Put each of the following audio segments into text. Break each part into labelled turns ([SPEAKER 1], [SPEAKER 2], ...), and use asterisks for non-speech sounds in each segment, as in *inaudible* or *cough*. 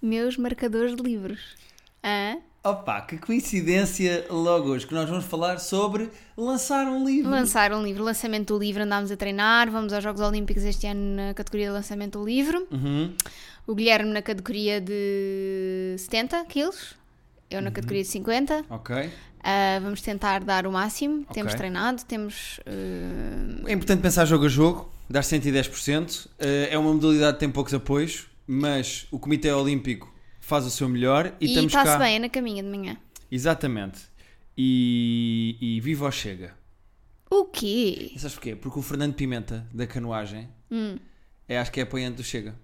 [SPEAKER 1] meus marcadores de livros. Hã?
[SPEAKER 2] Opa, que coincidência logo hoje, que nós vamos falar sobre lançar um livro.
[SPEAKER 1] Lançar um livro, lançamento do livro, andámos a treinar, vamos aos Jogos Olímpicos este ano na categoria de lançamento do livro.
[SPEAKER 2] Uhum.
[SPEAKER 1] O Guilherme na categoria de 70 quilos, eu
[SPEAKER 2] Uhum.
[SPEAKER 1] na categoria de 50.
[SPEAKER 2] Ok.
[SPEAKER 1] Ah, vamos tentar dar o máximo, temos treinado, temos... ah,
[SPEAKER 2] É importante pensar jogo a jogo, dar 110%. eh, É uma modalidade que tem poucos apoios, mas o Comitê Olímpico faz o seu melhor e,
[SPEAKER 1] E
[SPEAKER 2] estamos
[SPEAKER 1] está-se
[SPEAKER 2] cá.
[SPEAKER 1] bem, é na caminha de manhã.
[SPEAKER 2] Exatamente. E, e viva ou chega.
[SPEAKER 1] O quê?
[SPEAKER 2] E sabes porquê? Porque o Fernando Pimenta, da canoagem,
[SPEAKER 1] Hum.
[SPEAKER 2] é, acho que é apoiante do Chega.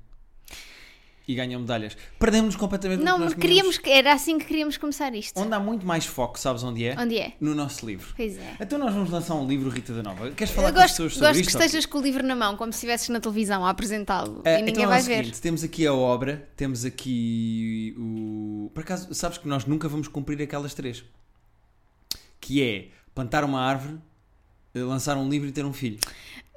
[SPEAKER 2] E ganham medalhas. Perdemos-nos completamente no
[SPEAKER 1] Não,
[SPEAKER 2] que nós
[SPEAKER 1] mas queríamos... que- Era assim que queríamos começar isto.
[SPEAKER 2] Onde há muito mais foco, sabes onde é?
[SPEAKER 1] Onde é?
[SPEAKER 2] No nosso livro.
[SPEAKER 1] Pois é.
[SPEAKER 2] Então nós vamos lançar um livro, Rita da Nova. Queres falar
[SPEAKER 1] Eu
[SPEAKER 2] com as
[SPEAKER 1] gosto,
[SPEAKER 2] pessoas sobre
[SPEAKER 1] gosto que
[SPEAKER 2] isto?
[SPEAKER 1] estejas com o livro na mão, como se estivesses na televisão a apresentá-lo.
[SPEAKER 2] Ah,
[SPEAKER 1] e ninguém
[SPEAKER 2] então é o
[SPEAKER 1] vai ver.
[SPEAKER 2] seguinte, Temos aqui a obra, temos aqui o. Por acaso, sabes que nós nunca vamos cumprir aquelas três: que é plantar uma árvore, eh, lançar um livro e ter um filho.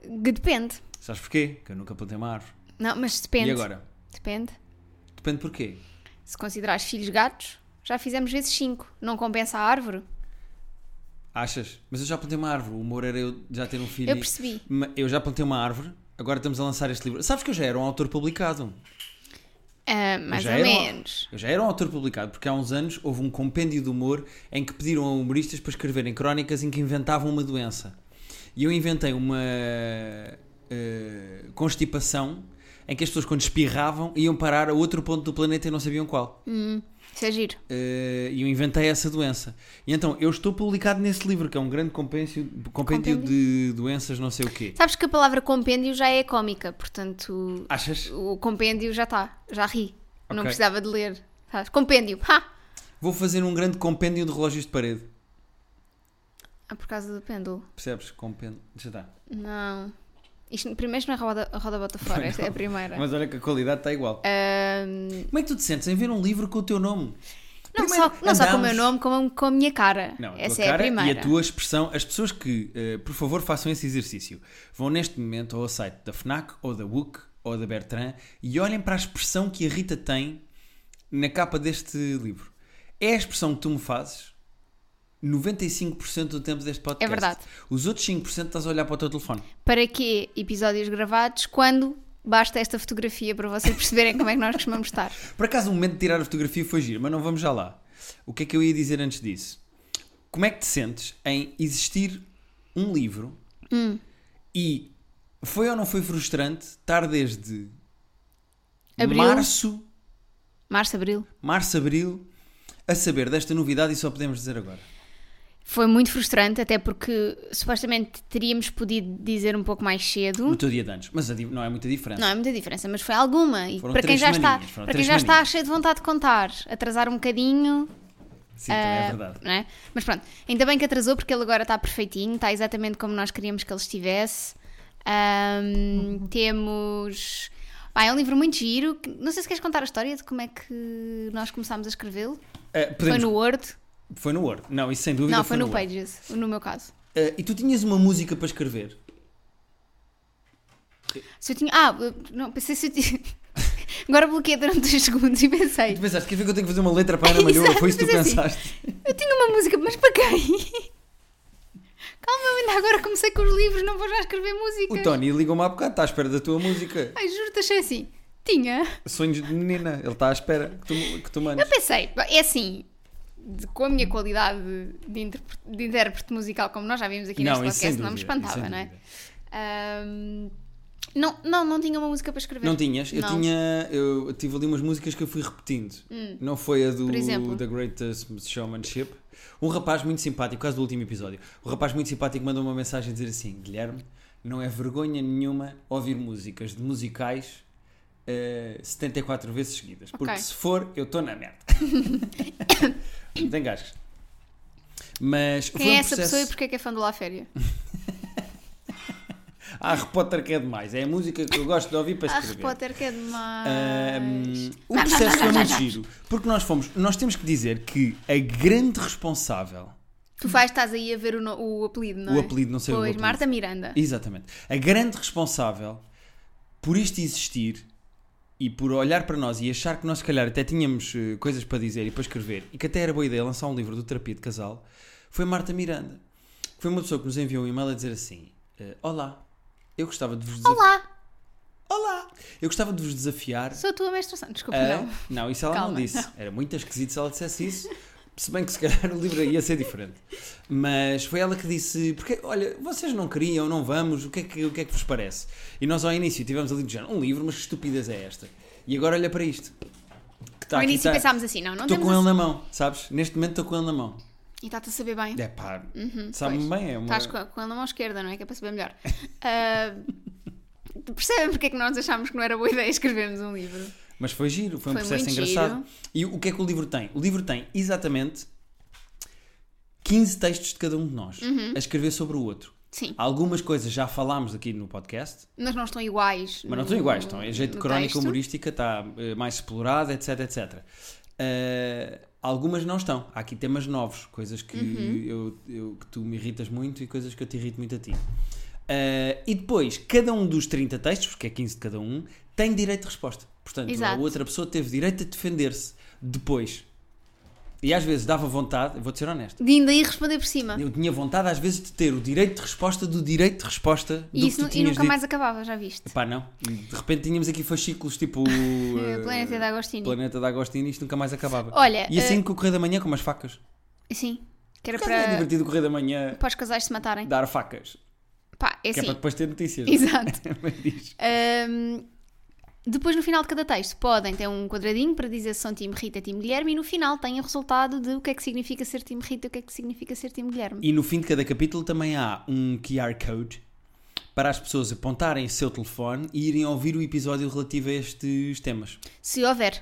[SPEAKER 1] Que depende.
[SPEAKER 2] Sabes porquê? Que eu nunca plantei uma árvore.
[SPEAKER 1] Não, mas depende.
[SPEAKER 2] E agora?
[SPEAKER 1] Depende.
[SPEAKER 2] Depende porquê.
[SPEAKER 1] Se considerares filhos gatos, já fizemos vezes 5. Não compensa a árvore?
[SPEAKER 2] Achas? Mas eu já plantei uma árvore. O humor era eu já ter um filho.
[SPEAKER 1] Eu
[SPEAKER 2] e-
[SPEAKER 1] percebi.
[SPEAKER 2] Ma- Eu já plantei uma árvore, agora estamos a lançar este livro. Sabes que eu já era um autor publicado.
[SPEAKER 1] Ah, mais
[SPEAKER 2] já
[SPEAKER 1] ou
[SPEAKER 2] era um-
[SPEAKER 1] menos.
[SPEAKER 2] Eu já era um autor publicado, porque há uns anos houve um compêndio de humor em que pediram a humoristas para escreverem crónicas em que inventavam uma doença. E eu inventei uma eh, constipação em que as pessoas, quando espirravam, iam parar a outro ponto do planeta e não sabiam qual.
[SPEAKER 1] Isso é giro.
[SPEAKER 2] Eh, e eu inventei essa doença. E então, eu estou publicado nesse livro, que é um grande compêndio, compêndio de doenças, não sei o quê.
[SPEAKER 1] Sabes que a palavra compêndio já é cómica, portanto
[SPEAKER 2] Achas?
[SPEAKER 1] o compêndio já está. Já ri. Não
[SPEAKER 2] Ok.
[SPEAKER 1] precisava de ler. Sabes? Compêndio. Ha!
[SPEAKER 2] Vou fazer um grande compêndio de relógios de parede.
[SPEAKER 1] Ah, por causa do pêndulo.
[SPEAKER 2] Percebes? Compêndio. Já está.
[SPEAKER 1] Tá Não. Isto primeiro isto não é roda, roda bota
[SPEAKER 2] *laughs*
[SPEAKER 1] fora, esta é a primeira.
[SPEAKER 2] Mas olha que a qualidade está igual.
[SPEAKER 1] Ahm,
[SPEAKER 2] Como é que tu te sentes em ver um livro com o teu nome?
[SPEAKER 1] Não,
[SPEAKER 2] Primeiro,
[SPEAKER 1] só, não só com o meu
[SPEAKER 2] andámos-
[SPEAKER 1] nome, como com a minha cara.
[SPEAKER 2] Não, a tua
[SPEAKER 1] Essa é a
[SPEAKER 2] cara
[SPEAKER 1] primeira.
[SPEAKER 2] E a tua expressão. As pessoas que, eh, por favor, façam esse exercício. Vão neste momento ao site da FNAC ou da WUC ou da Bertrand e olhem para a expressão que a Rita tem na capa deste livro. É a expressão que tu me fazes 95% do tempo deste podcast.
[SPEAKER 1] É verdade.
[SPEAKER 2] Os outros 5% estás a olhar para o teu telefone.
[SPEAKER 1] Para quê episódios gravados quando basta esta fotografia para vocês perceberem como é que nós costumamos
[SPEAKER 2] *laughs*
[SPEAKER 1] estar?
[SPEAKER 2] Por acaso o momento de tirar a fotografia foi giro, mas não vamos já lá. O que é que eu ia dizer antes disso? Como é que te sentes em existir um livro
[SPEAKER 1] Hum.
[SPEAKER 2] e foi ou não foi frustrante estar desde
[SPEAKER 1] Abril.
[SPEAKER 2] março,
[SPEAKER 1] Março, abril.
[SPEAKER 2] março, abril, a saber desta novidade e só podemos dizer agora.
[SPEAKER 1] Foi muito frustrante, até porque supostamente teríamos podido dizer um pouco mais
[SPEAKER 2] No
[SPEAKER 1] cedo.
[SPEAKER 2] teu dia de antes, mas a di- não é muita diferença.
[SPEAKER 1] Não é muita diferença, mas foi alguma. E
[SPEAKER 2] Foram
[SPEAKER 1] para quem
[SPEAKER 2] três
[SPEAKER 1] já está,
[SPEAKER 2] semaninhas, foram
[SPEAKER 1] para quem
[SPEAKER 2] três
[SPEAKER 1] já está
[SPEAKER 2] semaninhas.
[SPEAKER 1] cheio de vontade de contar, atrasar um bocadinho,
[SPEAKER 2] Sim, também é verdade.
[SPEAKER 1] não é? Mas pronto, ainda bem que atrasou porque ele agora está perfeitinho, está exatamente como nós queríamos que ele estivesse.
[SPEAKER 2] Uhum.
[SPEAKER 1] Ahm, temos. Pá, é um livro muito giro. que- Não sei se queres contar a história de como é que nós começámos a escrevê-lo.
[SPEAKER 2] Eh,
[SPEAKER 1] Foi
[SPEAKER 2] podemos-
[SPEAKER 1] no Word?
[SPEAKER 2] foi no Word. Não, isso sem dúvida
[SPEAKER 1] Não, foi no
[SPEAKER 2] Word.
[SPEAKER 1] Pages, no meu caso.
[SPEAKER 2] Eh, e tu tinhas uma música para escrever?
[SPEAKER 1] Se eu tinha. Ah, eu- não, pensei se eu tinha. *laughs* Agora bloqueei durante uns segundos e pensei.
[SPEAKER 2] Tu pensaste, quer ver que eu tenho que fazer uma letra para a Ana Malhoa?
[SPEAKER 1] É. *laughs* Exato,
[SPEAKER 2] Foi isso que tu
[SPEAKER 1] mas assim-
[SPEAKER 2] pensaste?
[SPEAKER 1] Eu tinha uma música, mas para quem? *laughs* Calma, eu ainda agora comecei com os livros, não vou já escrever música.
[SPEAKER 2] O Tony ligou-me há bocado, está à espera da tua música.
[SPEAKER 1] Ai, juro-te, achei assim. Tinha.
[SPEAKER 2] Sonhos de menina, ele está à espera que tu, que tu mandes.
[SPEAKER 1] Eu pensei, bom, é assim, de- com a minha qualidade de, interpre- de intérprete musical, como nós já vimos aqui
[SPEAKER 2] Não,
[SPEAKER 1] neste
[SPEAKER 2] isso sem
[SPEAKER 1] podcast, não me
[SPEAKER 2] dúvida, isso
[SPEAKER 1] espantava,
[SPEAKER 2] sem
[SPEAKER 1] não é? Ahm,
[SPEAKER 2] dúvida.
[SPEAKER 1] não, não, não tinha uma música para escrever.
[SPEAKER 2] Não tinhas? Eu
[SPEAKER 1] Não. Hum.
[SPEAKER 2] tinha. Eu tive ali umas músicas que eu fui repetindo. Não foi a do
[SPEAKER 1] Por exemplo?
[SPEAKER 2] The Greatest Showmanship. Um rapaz muito simpático, quase do último episódio. O rapaz muito simpático mandou uma mensagem a dizer assim: Guilherme, não é vergonha nenhuma ouvir músicas de musicais eh, 74 vezes seguidas. Porque
[SPEAKER 1] Ok.
[SPEAKER 2] se for, eu estou
[SPEAKER 1] *laughs*
[SPEAKER 2] na merda. Não Tem gasgas. Mas foi
[SPEAKER 1] Quem
[SPEAKER 2] um
[SPEAKER 1] é essa
[SPEAKER 2] processo-
[SPEAKER 1] pessoa e porquê é que é fã do La Féria?
[SPEAKER 2] Harry Potter que é demais. É a música que eu gosto de ouvir para
[SPEAKER 1] Harry
[SPEAKER 2] escrever.
[SPEAKER 1] Potter que é demais.
[SPEAKER 2] Ahm, o processo foi muito giro. Porque nós fomos... Nós temos que dizer que a grande responsável...
[SPEAKER 1] Tu faz, estás aí a ver o, no- o apelido, não
[SPEAKER 2] O
[SPEAKER 1] é?
[SPEAKER 2] apelido, não sei o
[SPEAKER 1] pois,
[SPEAKER 2] apelido.
[SPEAKER 1] Marta Miranda.
[SPEAKER 2] Exatamente. A grande responsável por isto existir e por olhar para nós e achar que nós, se calhar, até tínhamos eh, coisas para dizer e para escrever, e que até era boa ideia lançar um livro do Terapia de Casal, foi Marta Miranda. que Foi uma pessoa que nos enviou um e-mail a dizer assim: eh, Olá, eu gostava de vos desafiar.
[SPEAKER 1] Olá,
[SPEAKER 2] Olá! Eu gostava de vos desafiar.
[SPEAKER 1] sou a tua menstruação. Desculpa,
[SPEAKER 2] a-
[SPEAKER 1] não.
[SPEAKER 2] isso ela
[SPEAKER 1] Calma,
[SPEAKER 2] Ah, não disse. Era muito esquisito se ela dissesse isso. Se bem que se calhar o livro ia ser diferente. Mas foi ela que disse: porque, olha, vocês não queriam, não vamos, o que é que, o que, é que vos parece? E nós ao início tivemos ali do género: um livro, mas que estupidez é esta? E agora olha para isto. Que está
[SPEAKER 1] No
[SPEAKER 2] aqui,
[SPEAKER 1] início
[SPEAKER 2] está-
[SPEAKER 1] pensámos assim, não, não
[SPEAKER 2] Estou
[SPEAKER 1] temos.
[SPEAKER 2] com
[SPEAKER 1] assim-
[SPEAKER 2] ele na mão, sabes? Neste momento estou com ele na mão.
[SPEAKER 1] E está-te a saber bem.
[SPEAKER 2] É pá, sabe-me
[SPEAKER 1] Uhum, pois.
[SPEAKER 2] bem, é uma.
[SPEAKER 1] Estás com, com ele na mão esquerda, não é? Que é para saber melhor. *laughs* Ah, percebem porque é que nós achámos que não era boa ideia escrevermos um livro?
[SPEAKER 2] Mas foi giro, foi um
[SPEAKER 1] Foi
[SPEAKER 2] processo
[SPEAKER 1] muito
[SPEAKER 2] engraçado. E o que é que o livro tem? O livro tem exatamente 15 textos de cada um de nós
[SPEAKER 1] Uhum.
[SPEAKER 2] a escrever sobre o outro.
[SPEAKER 1] Sim.
[SPEAKER 2] Algumas coisas já falámos aqui no podcast,
[SPEAKER 1] Mas não estão iguais.
[SPEAKER 2] mas não estão iguais, estão em jeito de crónica
[SPEAKER 1] texto.
[SPEAKER 2] humorística, está eh, mais explorada, etc, etc. Eh, algumas não estão. Há aqui temas novos, coisas que,
[SPEAKER 1] Uhum.
[SPEAKER 2] eu, eu- que tu me irritas muito e coisas que eu te irrito muito a ti. Eh, e depois, cada um dos 30 textos, porque é 15 de cada um, tem direito de resposta. Portanto, a
[SPEAKER 1] Exato.
[SPEAKER 2] outra pessoa teve direito a defender-se depois. E às vezes dava vontade, vou-te ser honesto,
[SPEAKER 1] De ainda ir responder por cima.
[SPEAKER 2] eu tinha vontade às vezes de ter o direito de resposta do direito de resposta do
[SPEAKER 1] E, isso,
[SPEAKER 2] que
[SPEAKER 1] nu-
[SPEAKER 2] tu
[SPEAKER 1] e
[SPEAKER 2] tinhas
[SPEAKER 1] nunca
[SPEAKER 2] dito.
[SPEAKER 1] mais acabava, já viste?
[SPEAKER 2] Pá, não. De repente tínhamos aqui fascículos
[SPEAKER 1] *laughs*
[SPEAKER 2] tipo. eh,
[SPEAKER 1] Planeta É, de Agostini.
[SPEAKER 2] Planeta de Agostini, isto nunca mais acabava.
[SPEAKER 1] Olha,
[SPEAKER 2] E assim com o Correio da Manhã, com umas facas.
[SPEAKER 1] Sim. Que era
[SPEAKER 2] Por acaso É
[SPEAKER 1] para,
[SPEAKER 2] divertido o Correio da Manhã
[SPEAKER 1] para os casais se matarem.
[SPEAKER 2] dar facas.
[SPEAKER 1] Pá, é
[SPEAKER 2] Que é para
[SPEAKER 1] assim. *laughs*
[SPEAKER 2] depois ter notícias. *laughs* É
[SPEAKER 1] Exato.
[SPEAKER 2] Mas diz.
[SPEAKER 1] Ahm, depois, no final de cada texto, podem ter um quadradinho para dizer se são time Rita, time Guilherme, e no final tem o resultado de o que é que significa ser time Rita e o que é que significa ser time Guilherme.
[SPEAKER 2] E no fim de cada capítulo também há um QR Code para as pessoas apontarem o seu telefone e irem ouvir o episódio relativo a estes temas.
[SPEAKER 1] Se houver.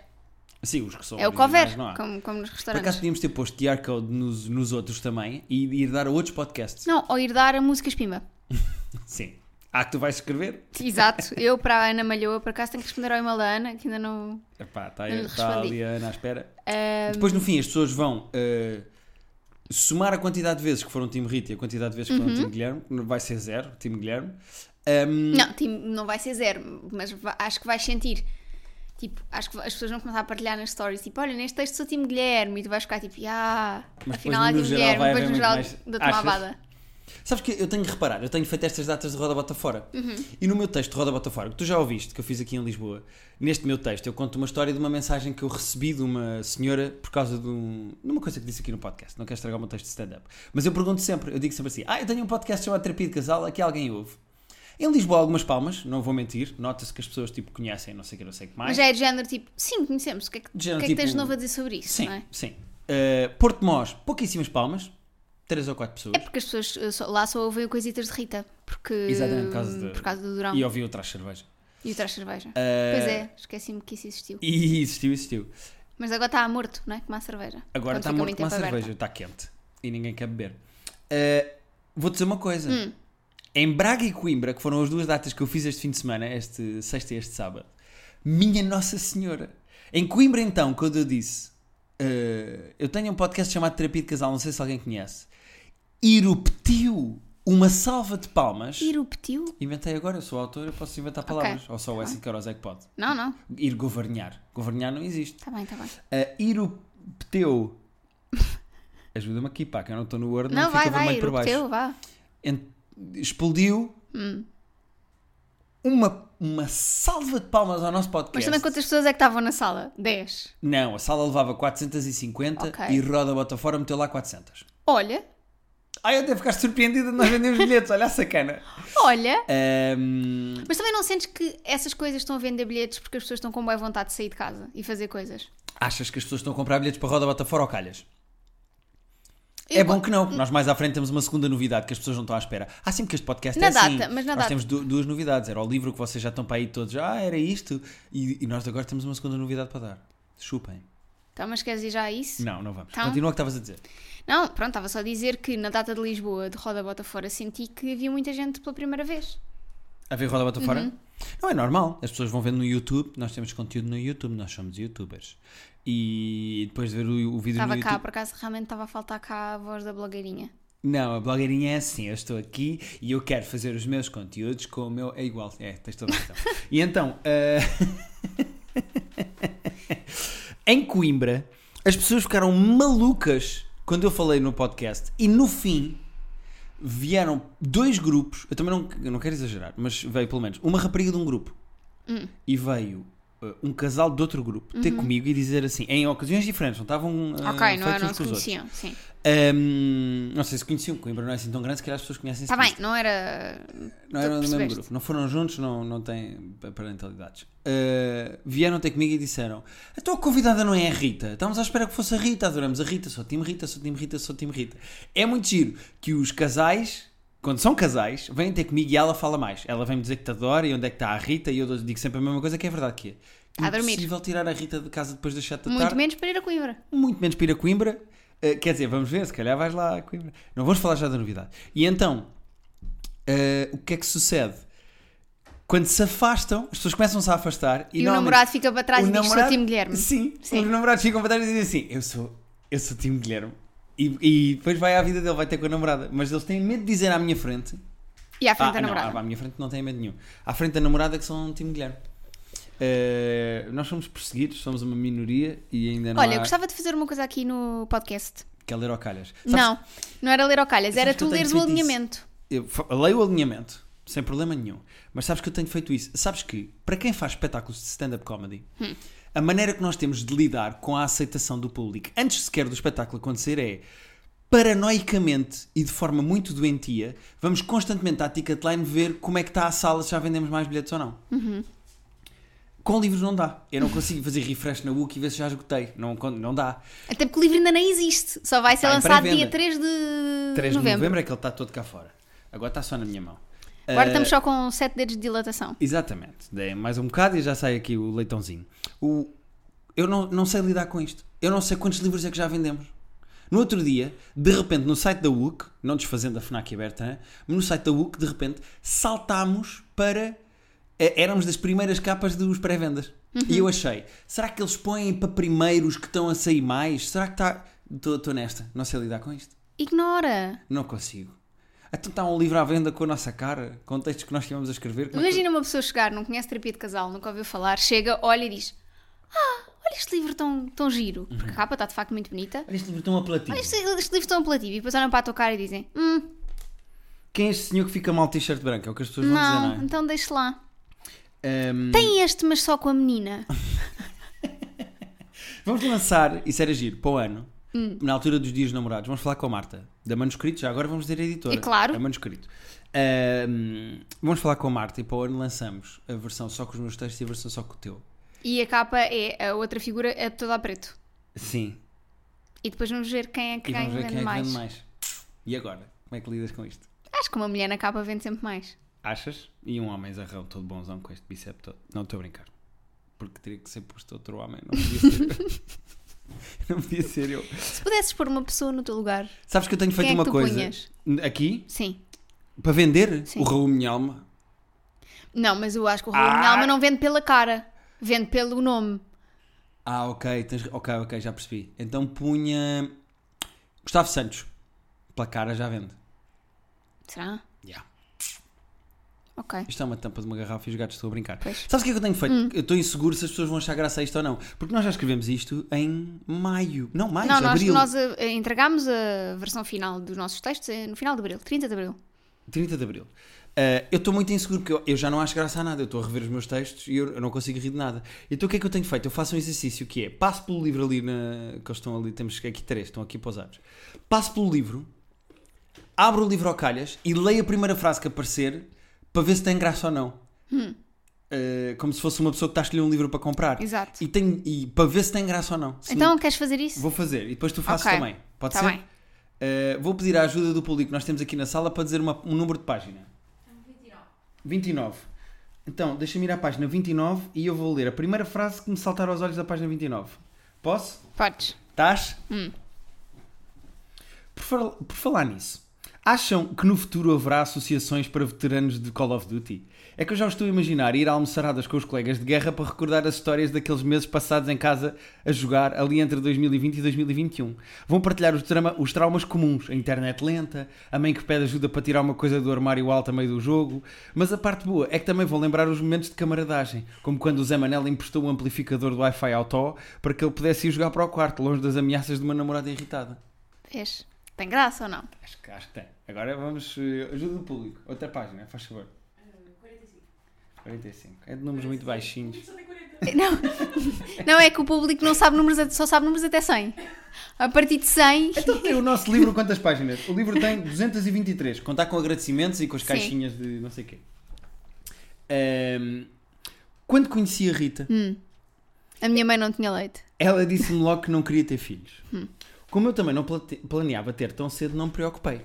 [SPEAKER 2] Sim, os que são
[SPEAKER 1] É o que
[SPEAKER 2] originais,
[SPEAKER 1] houver,
[SPEAKER 2] não há.
[SPEAKER 1] como, como nos
[SPEAKER 2] Por acaso
[SPEAKER 1] restaurantes.
[SPEAKER 2] podíamos ter posto QR Code nos, nos outros também e ir dar a outros podcasts.
[SPEAKER 1] Não, ou ir dar a música espima.
[SPEAKER 2] Sim. Há que tu vais escrever?
[SPEAKER 1] Exato. *laughs* Eu, para a Ana Malhoa, por acaso tenho que responder ao e-mail da Ana, que ainda não... eh,
[SPEAKER 2] Epá, está
[SPEAKER 1] Não lhe
[SPEAKER 2] tá
[SPEAKER 1] respondi.
[SPEAKER 2] ali a Ana à espera. Depois, no fim, as pessoas vão eh, somar a quantidade de vezes que foram Time Rita e a quantidade de vezes que foram Time Guilherme, que não vai ser zero, Time Guilherme. Ahm,
[SPEAKER 1] Não, time, não vai ser zero, mas va- acho que vais sentir. Tipo, acho que as pessoas vão começar a partilhar nas stories, tipo, olha, neste texto sou time Guilherme, e tu vais ficar tipo, ah,
[SPEAKER 2] Mas
[SPEAKER 1] afinal
[SPEAKER 2] depois,
[SPEAKER 1] é
[SPEAKER 2] no
[SPEAKER 1] time
[SPEAKER 2] geral,
[SPEAKER 1] Guilherme,
[SPEAKER 2] vai
[SPEAKER 1] depois no geral
[SPEAKER 2] haver muito
[SPEAKER 1] dou-te
[SPEAKER 2] mais.
[SPEAKER 1] uma
[SPEAKER 2] Achas?
[SPEAKER 1] abada.
[SPEAKER 2] Sabes que eu tenho que reparar, eu tenho feito estas datas de Roda Bota Fora.
[SPEAKER 1] Uhum.
[SPEAKER 2] E no meu texto de Roda Bota Fora, que tu já ouviste, que eu fiz aqui em Lisboa, neste meu texto eu conto uma história de uma mensagem que eu recebi de uma senhora por causa de um, de uma coisa que disse aqui no podcast. Não quero estragar o meu texto de stand-up. Mas eu pergunto sempre, eu digo sempre assim: Ah, eu tenho um podcast chamado Terapia de Casal, aqui alguém ouve. Em Lisboa, algumas palmas, não vou mentir, nota-se que as pessoas tipo conhecem, não sei o que, não sei o que mais.
[SPEAKER 1] Mas já é de género tipo, sim, conhecemos, o que é que,
[SPEAKER 2] De género
[SPEAKER 1] o que, é que tens de
[SPEAKER 2] tipo-
[SPEAKER 1] novo a dizer sobre isso?
[SPEAKER 2] Sim,
[SPEAKER 1] não é?
[SPEAKER 2] sim. Uh, Porto Mós, pouquíssimas palmas, três ou quatro pessoas.
[SPEAKER 1] É porque as pessoas eh, só- lá só ouvem o coisitas de Rita, porque
[SPEAKER 2] Exatamente, por causa de-
[SPEAKER 1] por causa do Durão
[SPEAKER 2] E
[SPEAKER 1] e,
[SPEAKER 2] ouvi outras cervejas.
[SPEAKER 1] o Traz Cerveja.
[SPEAKER 2] Eh,
[SPEAKER 1] Pois é, esqueci-me que isso existiu.
[SPEAKER 2] E existiu, existiu.
[SPEAKER 1] Mas agora está morto, não é? Como a cerveja. Quando
[SPEAKER 2] Agora está
[SPEAKER 1] fica
[SPEAKER 2] morto
[SPEAKER 1] muito
[SPEAKER 2] com a
[SPEAKER 1] tempo aberta.
[SPEAKER 2] cerveja, está quente. E ninguém quer beber. Eh, vou dizer uma coisa.
[SPEAKER 1] Hum.
[SPEAKER 2] Em Braga e Coimbra, que foram as duas datas que eu fiz este fim de semana, este sexta e este sábado, minha Nossa Senhora. Em Coimbra, então, quando eu disse, eh, eu tenho um podcast chamado Terapia de Casal, não sei se alguém conhece, eruptiu uma salva de palmas.
[SPEAKER 1] Eruptiu?
[SPEAKER 2] Inventei agora, eu sou autor, eu posso inventar palavras. Ou
[SPEAKER 1] Tá
[SPEAKER 2] só o S. de Queiroz é que pode.
[SPEAKER 1] Não, não.
[SPEAKER 2] Ir governar. Governar não existe.
[SPEAKER 1] Está bem, está bem.
[SPEAKER 2] A Iropteu. Ajuda-me aqui, pá, que eu não estou no Word, não,
[SPEAKER 1] Não, vai,
[SPEAKER 2] fica
[SPEAKER 1] vai,
[SPEAKER 2] vermelho por baixo.
[SPEAKER 1] erupteu, vá.
[SPEAKER 2] Ent- Explodiu
[SPEAKER 1] Hum.
[SPEAKER 2] uma, uma salva de palmas ao nosso
[SPEAKER 1] Mas
[SPEAKER 2] podcast.
[SPEAKER 1] também quantas pessoas é que estavam na sala? 10.
[SPEAKER 2] Não, a sala levava 450
[SPEAKER 1] Ok.
[SPEAKER 2] e Roda Bota Fora meteu lá 400.
[SPEAKER 1] Olha,
[SPEAKER 2] Ai, eu até ficaste surpreendida de nós vendemos bilhetes, olha
[SPEAKER 1] *laughs*
[SPEAKER 2] a sacana.
[SPEAKER 1] olha.
[SPEAKER 2] Ahm,
[SPEAKER 1] Mas também não sentes que essas coisas estão a vender bilhetes porque as pessoas estão com boa vontade de sair de casa e fazer coisas?
[SPEAKER 2] achas que as pessoas estão a comprar bilhetes para Roda Bota Fora ou calhas?
[SPEAKER 1] Eu
[SPEAKER 2] é bom que não, porque nós mais à frente temos uma segunda novidade que as pessoas não estão à espera. Ah, sim, porque este podcast
[SPEAKER 1] Na
[SPEAKER 2] é assim.
[SPEAKER 1] data, mas na
[SPEAKER 2] nós
[SPEAKER 1] data.
[SPEAKER 2] temos du- duas novidades. Era o livro que vocês já estão para aí todos. Ah, era isto. E, e nós agora temos uma segunda novidade para dar. Chupem.
[SPEAKER 1] Então, mas queres ir já a isso?
[SPEAKER 2] Não, não vamos.
[SPEAKER 1] Então?
[SPEAKER 2] Continua o que estavas a dizer.
[SPEAKER 1] Não, pronto, estava só a dizer que na data de Lisboa, de Roda Bota Fora, senti que havia muita gente pela primeira vez.
[SPEAKER 2] A ver, roda bota fora.
[SPEAKER 1] Uhum.
[SPEAKER 2] Não é normal. As pessoas vão vendo no YouTube. Nós temos conteúdo no YouTube. Nós somos YouTubers. E depois de ver o, o vídeo
[SPEAKER 1] Estava
[SPEAKER 2] no
[SPEAKER 1] cá,
[SPEAKER 2] YouTube.
[SPEAKER 1] por acaso realmente estava a faltar cá a voz da blogueirinha.
[SPEAKER 2] Não, a blogueirinha é assim, eu estou aqui e eu quero fazer os meus conteúdos com o meu. É igual, é, tens toda a razão. e então, eh, *laughs* em Coimbra, as pessoas ficaram malucas quando eu falei no podcast e no fim vieram dois grupos. Eu também não, eu não quero exagerar, mas veio pelo menos uma rapariga de um grupo
[SPEAKER 1] Hum.
[SPEAKER 2] e veio uh, um casal de outro grupo ter comigo e dizer assim, em ocasiões diferentes, não estavam uh,
[SPEAKER 1] Uhum. ok, não, é- não se
[SPEAKER 2] feitos uns com os outros.
[SPEAKER 1] conheciam. Sim.
[SPEAKER 2] Ahm, não sei se conheciam, Coimbra não é assim tão grande, se calhar as pessoas conhecem
[SPEAKER 1] Está Tá bem, não era.
[SPEAKER 2] não eram do mesmo
[SPEAKER 1] percebeste.
[SPEAKER 2] grupo, não foram juntos, não, não têm parentalidades. Uh, vieram ter comigo e disseram: Então a convidada não é a Rita, estávamos à espera que fosse a Rita, adoramos a Rita, só time Rita, só time Rita, só time Rita. É muito giro que os casais, quando são casais, vêm ter comigo e ela fala mais. Ela vem-me dizer que te adora e onde é que está a Rita, e eu digo sempre a mesma coisa que é verdade que é.
[SPEAKER 1] A dormir.
[SPEAKER 2] Impossível tirar a Rita de casa depois das 7 da
[SPEAKER 1] Muito
[SPEAKER 2] tarde,
[SPEAKER 1] menos para ir a Coimbra.
[SPEAKER 2] muito menos para ir a Coimbra. Uh, quer dizer, vamos ver, se calhar vais lá a Coimbra. Não vamos falar já da novidade. E então, uh, o que é que sucede? Quando se afastam, as pessoas começam-se a afastar e,
[SPEAKER 1] E, o
[SPEAKER 2] normalmente
[SPEAKER 1] namorado fica para trás
[SPEAKER 2] o
[SPEAKER 1] e diz: Sou
[SPEAKER 2] namorado-
[SPEAKER 1] time Guilherme.
[SPEAKER 2] Sim,
[SPEAKER 1] Sim.
[SPEAKER 2] os namorados ficam para trás e dizem assim: Eu sou, eu sou time Guilherme. E, e depois vai à vida dele, vai ter com a namorada. Mas eles têm medo de dizer à minha frente.
[SPEAKER 1] E à frente
[SPEAKER 2] Ah,
[SPEAKER 1] da
[SPEAKER 2] não,
[SPEAKER 1] namorada.
[SPEAKER 2] à- à minha frente não têm medo nenhum. À frente da namorada é que são time Guilherme. Uh, nós somos perseguidos, somos uma minoria e ainda não é.
[SPEAKER 1] Olha,
[SPEAKER 2] há...
[SPEAKER 1] eu gostava de fazer uma coisa aqui no podcast.
[SPEAKER 2] Quer ler ao calhas. Sabes-
[SPEAKER 1] Não, não era ler ao calhas, era
[SPEAKER 2] Sabes que
[SPEAKER 1] tu
[SPEAKER 2] eu tenho
[SPEAKER 1] leres o
[SPEAKER 2] feito isso.
[SPEAKER 1] alinhamento.
[SPEAKER 2] Eu fa- leio o alinhamento, sem problema nenhum. Mas sabes que eu tenho feito isso. Sabes que, para quem faz espetáculos de stand-up comedy,
[SPEAKER 1] Hum.
[SPEAKER 2] a maneira que nós temos de lidar com a aceitação do público, antes sequer do espetáculo acontecer, é paranoicamente e de forma muito doentia, vamos constantemente à Ticketline ver como é que está a sala, se já vendemos mais bilhetes ou não.
[SPEAKER 1] Uhum.
[SPEAKER 2] Com livros não dá. Eu não consigo fazer refresh na Wiki e ver se já esgotei. Não, con- não dá.
[SPEAKER 1] Até porque o livro ainda nem existe, só vai ser
[SPEAKER 2] Está Tá em
[SPEAKER 1] lançado dia 3
[SPEAKER 2] pré-venda.
[SPEAKER 1] de
[SPEAKER 2] 3 de novembro.
[SPEAKER 1] novembro.
[SPEAKER 2] é que ele está todo cá fora. Agora está só na minha mão.
[SPEAKER 1] Agora
[SPEAKER 2] Ah,
[SPEAKER 1] estamos só com 7 dedos de dilatação.
[SPEAKER 2] Exatamente. Dei mais um bocado e já sai aqui o leitãozinho. O... Eu não, não sei lidar com isto. Eu não sei quantos livros é que já vendemos. No outro dia, de repente, no site da WUC, não desfazendo a FNAC aberta, né? Mas no site da WUC, de repente, saltámos para... é- Éramos das primeiras capas dos pré-vendas. E eu achei, será que eles põem para primeiros que estão a sair mais? Será que está... Estou nesta. Não sei lidar com isto.
[SPEAKER 1] Ignora.
[SPEAKER 2] Não consigo. Então está um livro à venda com a nossa cara, com textos que nós estivemos a escrever. é que não-
[SPEAKER 1] Imagina uma pessoa chegar, não conhece terapia de casal, nunca ouviu falar, chega, olha e diz: Ah, olha este livro tão, tão giro, porque
[SPEAKER 2] Uhum.
[SPEAKER 1] a capa está de facto muito bonita.
[SPEAKER 2] Olha este livro tão apelativo.
[SPEAKER 1] Este, este livro tão apelativo. E depois olham para a tua cara e dizem: Hum,
[SPEAKER 2] Quem é este senhor que fica mal de t-shirt branco? É o que as pessoas vão
[SPEAKER 1] não,
[SPEAKER 2] dizer, não
[SPEAKER 1] então deixa lá.
[SPEAKER 2] é? Ahm,
[SPEAKER 1] Tem este, mas só com a menina.
[SPEAKER 2] Vamos lançar, isso era giro, para o ano,
[SPEAKER 1] Hum.
[SPEAKER 2] na altura dos dias dos namorados, vamos falar com a Marta, da Manuscrito, já agora vamos dizer a editora.
[SPEAKER 1] É claro.
[SPEAKER 2] Da Manuscrito. Ahm, vamos falar com a Marta e para o ano lançamos a versão só com os meus textos e a versão só com o teu.
[SPEAKER 1] E a capa é a outra figura é toda a preto.
[SPEAKER 2] Sim.
[SPEAKER 1] E depois vamos ver quem é que
[SPEAKER 2] E
[SPEAKER 1] ganha
[SPEAKER 2] vamos ver
[SPEAKER 1] vende
[SPEAKER 2] quem é que
[SPEAKER 1] mais.
[SPEAKER 2] vende mais. E agora? Como é que lidas com isto?
[SPEAKER 1] Acho que uma mulher na capa vende sempre mais.
[SPEAKER 2] Achas? E um homem zarrão, todo bonzão, com este bicep todo. Não estou a brincar. Porque teria que ser posto outro homem. Não podia ser
[SPEAKER 1] *laughs*
[SPEAKER 2] eu. não podia ser eu.
[SPEAKER 1] Se pudesses pôr uma pessoa no teu lugar,
[SPEAKER 2] Sabes que eu tenho feito
[SPEAKER 1] Quem é que
[SPEAKER 2] uma
[SPEAKER 1] tu
[SPEAKER 2] coisa.
[SPEAKER 1] punhas?
[SPEAKER 2] Aqui?
[SPEAKER 1] sim.
[SPEAKER 2] Para vender?
[SPEAKER 1] Sim.
[SPEAKER 2] O Raul Minha Alma.
[SPEAKER 1] Não, mas eu acho que o Raul
[SPEAKER 2] Ah!
[SPEAKER 1] Minha Alma não vende pela cara, vende pelo nome.
[SPEAKER 2] Ah, ok. Tens... Ok, ok, já percebi. Então punha. Gustavo Santos. Pela cara já vende.
[SPEAKER 1] Será?
[SPEAKER 2] Yeah.
[SPEAKER 1] Ok.
[SPEAKER 2] Isto é uma tampa de uma garrafa e os gatos estão a brincar.
[SPEAKER 1] Pois. Hum.
[SPEAKER 2] Sabes o que é que eu tenho feito? Eu estou inseguro se as pessoas vão achar graça a isto ou não. Porque nós já escrevemos isto em maio. Não, maio,
[SPEAKER 1] não, nós,
[SPEAKER 2] abril.
[SPEAKER 1] nós eh, entregámos a versão final dos nossos textos eh, no final de abril, 30 de abril.
[SPEAKER 2] 30 de Abril. Ah, eu estou muito inseguro porque eu, eu já não acho graça a nada. Eu estou a rever os meus textos e eu, eu não consigo rir de nada. Então o que é que eu tenho feito? Eu faço um exercício que é: passo pelo livro ali, na, que eles estão ali, temos aqui três, estão aqui pousados. Passo pelo livro, abro o livro ao calhas e leio a primeira frase que aparecer para ver se tem graça ou não.
[SPEAKER 1] Hum.
[SPEAKER 2] Ah, como se fosse uma pessoa que está a escolher um livro para comprar.
[SPEAKER 1] Exato.
[SPEAKER 2] E, tenho- e para ver se tem graça ou não. Se
[SPEAKER 1] Então, queres fazer isso?
[SPEAKER 2] Vou fazer e depois tu fazes
[SPEAKER 1] Ok.
[SPEAKER 2] também. Pode
[SPEAKER 1] Tá
[SPEAKER 2] ser?
[SPEAKER 1] bem.
[SPEAKER 2] Uh, vou pedir a ajuda do público que nós temos aqui na sala para dizer uma- um número de página. 29. Então, deixa-me ir à página 29 e eu vou ler a primeira frase que me saltar aos olhos da página 29. Posso?
[SPEAKER 1] Podes.
[SPEAKER 2] Estás? Por, fal- por falar nisso, Acham que no futuro haverá associações para veteranos de Call of Duty? É que eu já estou a imaginar ir a almoçaradas com os colegas de guerra para recordar as histórias daqueles meses passados em casa a jogar ali entre 2020 e 2021. Vão partilhar os, trama- os traumas comuns, a internet lenta, a mãe que pede ajuda para tirar uma coisa do armário alto a meio do jogo. Mas a parte boa é que também vão lembrar os momentos de camaradagem, como quando o Zé Manel emprestou o amplificador do Wi-Fi ao Tó para que ele pudesse ir jogar para o quarto, longe das ameaças de uma namorada irritada.
[SPEAKER 1] Vês? Tem graça ou não? *laughs*
[SPEAKER 2] Acho que, acho que tem. Agora vamos. eh, Ajuda do público. Outra página, faz favor. 45. É de números muito baixinhos.
[SPEAKER 1] Não, não é que o público não sabe números, até- só sabe números até 100. A partir de 100,
[SPEAKER 2] Então tem o nosso livro quantas páginas? O livro tem 223. Contar com agradecimentos e com as
[SPEAKER 1] Sim.
[SPEAKER 2] caixinhas de não sei o quê. Ahm, quando conheci a Rita,
[SPEAKER 1] a minha mãe não tinha leite.
[SPEAKER 2] ela disse-me logo que não queria ter filhos.
[SPEAKER 1] Hum.
[SPEAKER 2] Como eu também não plate- planeava ter tão cedo, não me preocupei.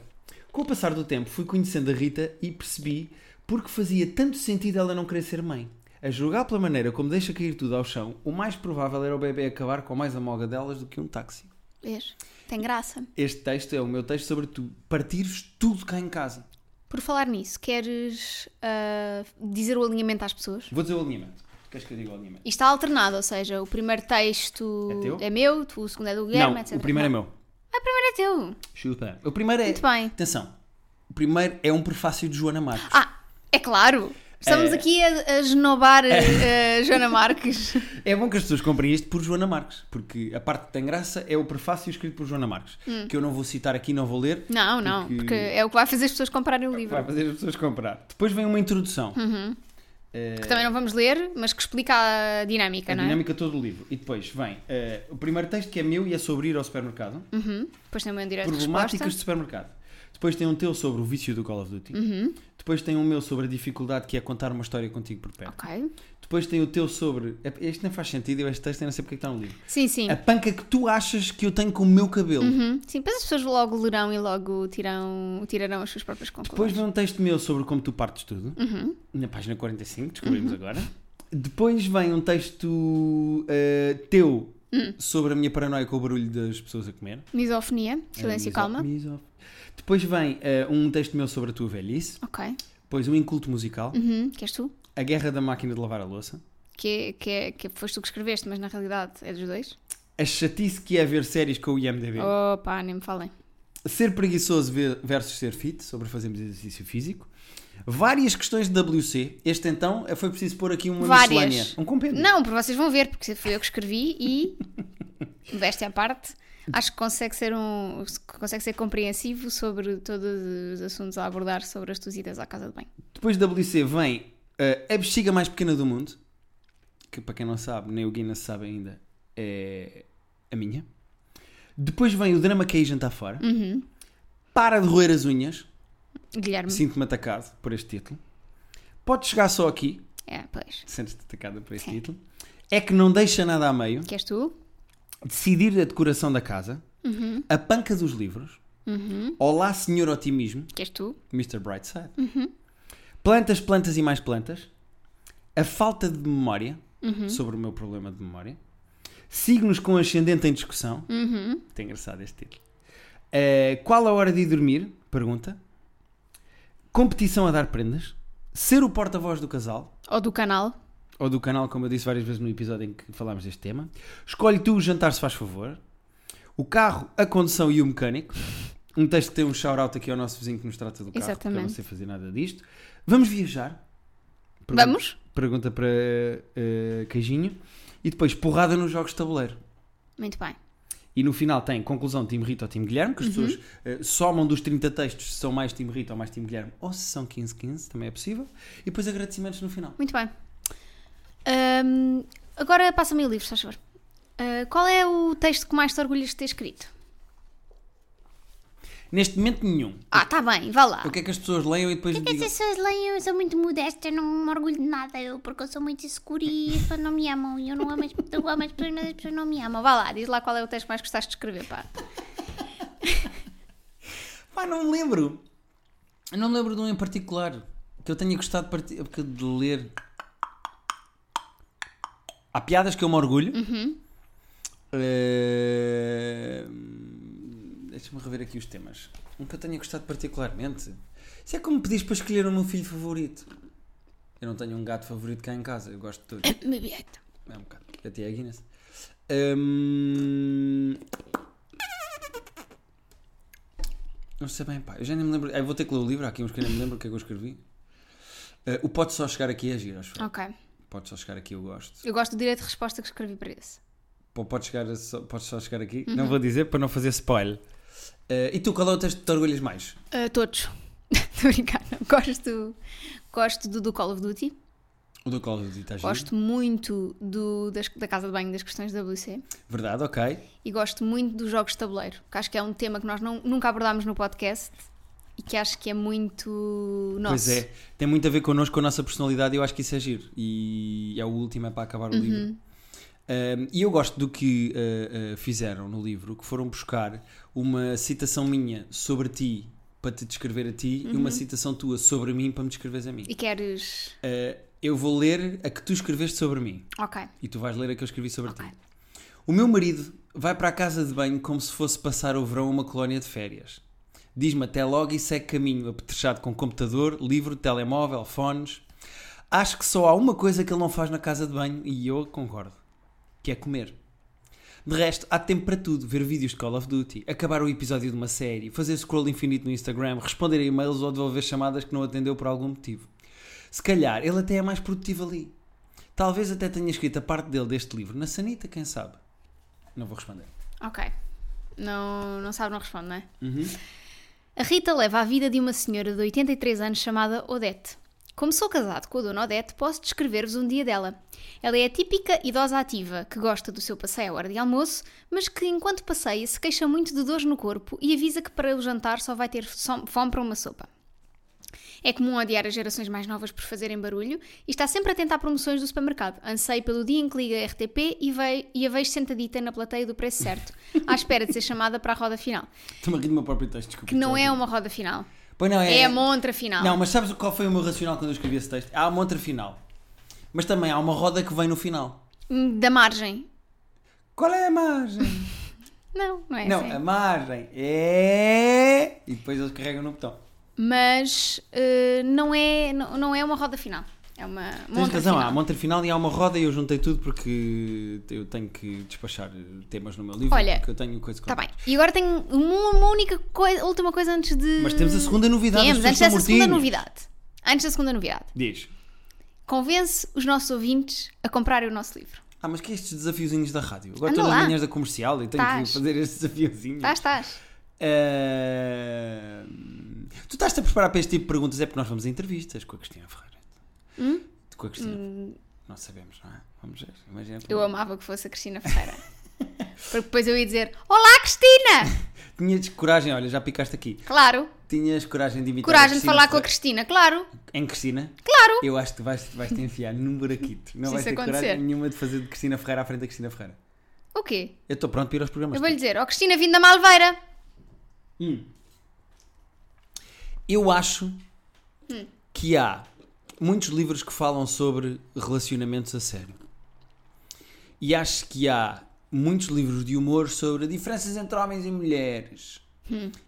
[SPEAKER 2] Com o passar do tempo, fui conhecendo a Rita e percebi porque fazia tanto sentido ela não querer ser mãe. A julgar pela maneira como deixa cair tudo ao chão, o mais provável era o bebê acabar com mais a moga delas do que um táxi.
[SPEAKER 1] Vês? Tem graça.
[SPEAKER 2] Este texto é o meu texto sobre tu partires tudo cá em casa.
[SPEAKER 1] Por falar nisso, queres ah, dizer o alinhamento às pessoas?
[SPEAKER 2] Vou dizer o alinhamento. Queres que eu diga o alinhamento?
[SPEAKER 1] E está alternado, ou seja, o primeiro texto
[SPEAKER 2] É teu?
[SPEAKER 1] meu, o segundo é do Guilherme,
[SPEAKER 2] não,
[SPEAKER 1] etc.
[SPEAKER 2] o primeiro
[SPEAKER 1] Não.
[SPEAKER 2] é meu.
[SPEAKER 1] Ah, o primeiro é teu.
[SPEAKER 2] Chupa. O primeiro é.
[SPEAKER 1] Muito bem.
[SPEAKER 2] Atenção. O primeiro é um prefácio de Joana Marques.
[SPEAKER 1] Ah, é claro. Estamos
[SPEAKER 2] É.
[SPEAKER 1] aqui a, a
[SPEAKER 2] *laughs*
[SPEAKER 1] genobar a, a Joana Marques.
[SPEAKER 2] É bom que as pessoas comprem isto por Joana Marques, porque a parte que tem graça é o prefácio escrito por Joana Marques, que eu não vou citar aqui, não vou ler.
[SPEAKER 1] Hum. Não, não,
[SPEAKER 2] Porque-
[SPEAKER 1] porque é o que vai fazer as pessoas comprarem o livro.
[SPEAKER 2] Vai fazer as pessoas comprar. Depois vem uma introdução,
[SPEAKER 1] Uhum, Que também não vamos ler, mas que explica a dinâmica,
[SPEAKER 2] a
[SPEAKER 1] não é?
[SPEAKER 2] dinâmica todo o livro. E depois vem eh, o primeiro texto que é meu e é sobre ir ao supermercado.
[SPEAKER 1] Uhum. Depois tem o meu direito de resposta.
[SPEAKER 2] Problemáticas de supermercado. Depois tem um teu sobre o vício do Call of Duty.
[SPEAKER 1] Uhum.
[SPEAKER 2] Depois tem um meu sobre a dificuldade que é contar uma história contigo por perto.
[SPEAKER 1] Ok.
[SPEAKER 2] Depois tem o teu sobre. é, Este não faz sentido, eu este texto eu não sei porque é que está no livro.
[SPEAKER 1] Sim, sim.
[SPEAKER 2] A panca que tu achas que eu tenho com o meu cabelo.
[SPEAKER 1] Uhum. Sim, depois as pessoas logo lerão e logo tirão, tirarão as suas próprias
[SPEAKER 2] Depois
[SPEAKER 1] conclusões.
[SPEAKER 2] vem um texto meu sobre como tu partes tudo,
[SPEAKER 1] Uhum.
[SPEAKER 2] na página 45, descobrimos agora. Depois vem um texto eh, teu
[SPEAKER 1] Hum.
[SPEAKER 2] sobre a minha paranoia com o barulho das pessoas a comer.
[SPEAKER 1] Misofonia, silêncio
[SPEAKER 2] Eh,
[SPEAKER 1] e calma.
[SPEAKER 2] miso- miso- Depois vem eh, um texto meu sobre a tua velhice.
[SPEAKER 1] Ok.
[SPEAKER 2] Depois um inculto musical.
[SPEAKER 1] Uhum. Que és tu?
[SPEAKER 2] A guerra da máquina de lavar a louça.
[SPEAKER 1] Que, é- que, é- que foste tu que escreveste, mas na realidade é dos dois.
[SPEAKER 2] A chatice que é ver séries com o IMDB.
[SPEAKER 1] Opa, nem me falem. Oh.
[SPEAKER 2] Ser preguiçoso ve- versus ser fit, sobre fazermos exercício físico. Várias questões de WC. Este então eh, foi preciso pôr aqui uma
[SPEAKER 1] Várias.
[SPEAKER 2] miscelânea. Um compêndio.
[SPEAKER 1] Não, porque vocês vão ver, porque fui eu que escrevi
[SPEAKER 2] *laughs*
[SPEAKER 1] e desta à parte. Acho que consegue ser um consegue ser compreensivo sobre todos os assuntos a abordar sobre as tuas idas à casa de banho.
[SPEAKER 2] Depois da WC vem eh, a bexiga mais pequena do mundo, que para quem não sabe, nem o Guinness sabe ainda, é a minha. Depois vem o drama que aí jantar fora. Para de roer as unhas.
[SPEAKER 1] Guilherme.
[SPEAKER 2] Sinto-me atacado por este título. Pode chegar só aqui.
[SPEAKER 1] É, pois.
[SPEAKER 2] Sentes-te atacada por este
[SPEAKER 1] Sim.
[SPEAKER 2] título. É que não deixa nada a meio.
[SPEAKER 1] Que és tu?
[SPEAKER 2] Decidir a decoração da casa. A panca dos livros. Olá, senhor otimismo.
[SPEAKER 1] Que és tu?
[SPEAKER 2] Mr. Brightside. Plantas, plantas e mais plantas. A falta de memória sobre o meu problema de memória. Signos com ascendente em discussão. Muito engraçado este título. Eh, qual a hora de ir dormir? Pergunta. Competição a dar prendas. Ser o porta-voz do casal.
[SPEAKER 1] Ou do canal?
[SPEAKER 2] Ou do canal, como eu disse várias vezes no episódio em que falámos deste tema. Escolhe tu o jantar, se faz favor. O carro, a condução e o mecânico. Um texto que tem um shout-out aqui ao nosso vizinho que nos trata do carro, porque eu não
[SPEAKER 1] Exatamente.
[SPEAKER 2] sei fazer nada disto. Vamos viajar? Pergun-
[SPEAKER 1] Vamos?
[SPEAKER 2] Pergunta para eh, Queijinho. E depois, porrada nos jogos de tabuleiro.
[SPEAKER 1] Muito bem.
[SPEAKER 2] E no final tem conclusão time Rita ou time Guilherme, que as
[SPEAKER 1] Uhum.
[SPEAKER 2] pessoas eh, somam dos 30 textos se são mais time Rita ou mais time Guilherme, ou se são 15-15, também é possível. E depois agradecimentos no final.
[SPEAKER 1] Muito bem. Ahm, agora passa-me o livro, se faz favor. Ah, qual é o texto que mais te orgulhas de ter escrito?
[SPEAKER 2] Neste momento, nenhum.
[SPEAKER 1] Ah, tá bem, vá lá.
[SPEAKER 2] O que é que as pessoas leiam e depois
[SPEAKER 3] Porque
[SPEAKER 2] digam...
[SPEAKER 3] as pessoas leem, eu sou muito modesta, eu não me orgulho de nada, eu, porque eu sou muito escura e as pessoas não me amam. E eu não amo as, eu amo as pessoas, mas as pessoas não me amam.
[SPEAKER 1] Vá lá, diz lá qual é o texto que mais gostaste de escrever, pá.
[SPEAKER 2] Pá, não me lembro. Eu não me lembro de um em particular que eu tenha gostado de, parti- que- de ler. Há Uhum. piadas que eu me orgulho. Eh, Deixa-me rever aqui os temas. Um que eu tenha gostado particularmente. Isso é como pedires para escolher o meu filho favorito. Eu não tenho um gato favorito cá em casa, eu gosto de todos.
[SPEAKER 1] *coughs* Me beata.
[SPEAKER 2] É um bocado. Até a Guinness. Hum... Não sei bem, pá. Eu já nem me lembro. Ah, vou ter que ler o livro. Há aqui uns que eu nem me lembro o que é que eu escrevi. Ah, o Pode Só Chegar Aqui é giro, acho. eu.
[SPEAKER 1] Ok.
[SPEAKER 2] Pode Só Chegar Aqui, eu gosto.
[SPEAKER 1] Eu gosto do direito de resposta que escrevi para esse.
[SPEAKER 2] Pô, Pode, chegar a só, pode Só Chegar Aqui.
[SPEAKER 1] Uhum.
[SPEAKER 2] Não vou dizer para não fazer spoiler. Ah, e tu, qual é o texto que te orgulhas mais?
[SPEAKER 1] Ah, *laughs* todos. Estou a brincar. não. Gosto, gosto do, do Call of Duty.
[SPEAKER 2] O do Call of Duty, está giro?
[SPEAKER 1] Gosto muito do, das- da casa de banho das questões da WC.
[SPEAKER 2] Verdade, ok.
[SPEAKER 1] E gosto muito dos jogos de tabuleiro. Que acho que é um tema que nós não- nunca abordámos no podcast. E que acho que é muito nosso.
[SPEAKER 2] Pois é, tem muito a ver connosco, com a nossa personalidade, e eu acho que isso é giro. E é o último, é para acabar o livro. Um, e eu gosto do que uh, uh, fizeram no livro, que foram buscar uma citação minha sobre ti para te descrever a ti e uma citação tua sobre mim para me descreveres a mim.
[SPEAKER 1] E queres.
[SPEAKER 2] Uh, eu vou ler a que tu escreveste sobre mim
[SPEAKER 1] Ok.
[SPEAKER 2] e tu vais ler a que eu escrevi sobre
[SPEAKER 1] Ok.
[SPEAKER 2] ti. O meu marido vai para a casa de banho como se fosse passar o verão a uma colónia de férias. Diz-me até logo e segue caminho, apetrechado com computador, livro, telemóvel, fones. Acho que só há uma coisa que ele não faz na casa de banho e eu concordo, que é comer. De resto, há tempo para tudo, ver vídeos de Call of Duty, acabar o episódio de uma série, fazer scroll infinito no Instagram, responder a e-mails ou devolver chamadas que não atendeu por algum motivo. Se calhar, ele até é mais produtivo ali. Talvez até tenha escrito a parte dele deste livro na sanita, quem sabe? Não vou responder.
[SPEAKER 1] Ok. Não, não sabe, não responde, não é? A Rita leva a vida de uma senhora de 83 anos chamada Odete. Como sou casado com a dona Odete, posso descrever-vos um dia dela. Ela é a típica idosa ativa, que gosta do seu passeio à hora de almoço, mas que, enquanto passeia, se queixa muito de dores no corpo e avisa que para o jantar só vai ter som- fome para uma sopa. É comum odiar as gerações mais novas por fazerem barulho e está sempre atenta a promoções do supermercado. Anseio pelo dia em que liga a RTP e, ve- e a vejo sentadita na plateia do preço certo, à espera de ser chamada para a roda final.
[SPEAKER 2] Estou-me a rir do meu próprio texto, desculpa.
[SPEAKER 1] Que não é uma roda final.
[SPEAKER 2] Pois não, é...
[SPEAKER 1] É a montra final.
[SPEAKER 2] Não, mas sabes qual foi o meu racional quando eu escrevi esse texto? Há uma outra final. Mas também há uma roda que vem no final.
[SPEAKER 1] Da margem.
[SPEAKER 2] Qual é a margem?
[SPEAKER 1] Não, não *laughs* é
[SPEAKER 2] não,
[SPEAKER 1] assim.
[SPEAKER 2] a margem é... E depois eles carregam no botão.
[SPEAKER 1] Mas eh, não, é, não, não é uma roda final. É uma
[SPEAKER 2] Tens
[SPEAKER 1] montra
[SPEAKER 2] razão, há
[SPEAKER 1] final.
[SPEAKER 2] a montra final e há uma roda e eu juntei tudo porque eu tenho que despachar eh, temas no meu livro.
[SPEAKER 1] Olha,
[SPEAKER 2] porque eu tenho coisa
[SPEAKER 1] Tá bem. E agora tenho uma, uma única coi- última coisa antes de.
[SPEAKER 2] Mas temos a segunda novidade, as
[SPEAKER 1] Temos,
[SPEAKER 2] pessoas
[SPEAKER 1] antes dessa
[SPEAKER 2] estão
[SPEAKER 1] segunda
[SPEAKER 2] mortinhas.
[SPEAKER 1] novidade. Antes da segunda novidade.
[SPEAKER 2] Diz.
[SPEAKER 1] Convence os nossos ouvintes a comprarem o nosso livro.
[SPEAKER 2] Ah, mas que é estes desafiozinhos da rádio? Agora
[SPEAKER 1] Anda
[SPEAKER 2] estou nas
[SPEAKER 1] lá.
[SPEAKER 2] manhãs da comercial e tenho
[SPEAKER 1] Tás.
[SPEAKER 2] que fazer estes desafiozinhos.
[SPEAKER 1] Estás, estás.
[SPEAKER 2] Eh, Tu estás-te a preparar para este tipo de perguntas? É porque nós vamos a entrevistas com a Cristina Ferreira.
[SPEAKER 1] Hum?
[SPEAKER 2] Com a Cristina. Não sabemos, não é? Vamos ver. Imagina.
[SPEAKER 1] Eu amava que fosse a Cristina
[SPEAKER 2] *laughs*
[SPEAKER 1] Ferreira. Porque depois eu ia dizer: Olá, Cristina!
[SPEAKER 2] Tinhas coragem, olha, já picaste aqui.
[SPEAKER 1] Claro.
[SPEAKER 2] Tinhas coragem de imitar
[SPEAKER 1] Coragem
[SPEAKER 2] a
[SPEAKER 1] de falar com a
[SPEAKER 2] Ferreira-
[SPEAKER 1] Cristina, claro.
[SPEAKER 2] Em Cristina?
[SPEAKER 1] Claro.
[SPEAKER 2] Eu acho que vais, vais te enfiar num buraquito. Não
[SPEAKER 1] Se
[SPEAKER 2] vais
[SPEAKER 1] isso
[SPEAKER 2] ter coragem
[SPEAKER 1] acontecer.
[SPEAKER 2] nenhuma de fazer de Cristina Ferreira à frente da Cristina Ferreira.
[SPEAKER 1] O quê?
[SPEAKER 2] Eu estou pronto para ir aos programas.
[SPEAKER 1] Eu vou-lhe dizer, ó Cristina, vindo da Malveira.
[SPEAKER 2] Eu acho que há muitos livros que falam sobre relacionamentos a sério. E acho que há muitos livros de humor sobre diferenças entre homens e mulheres.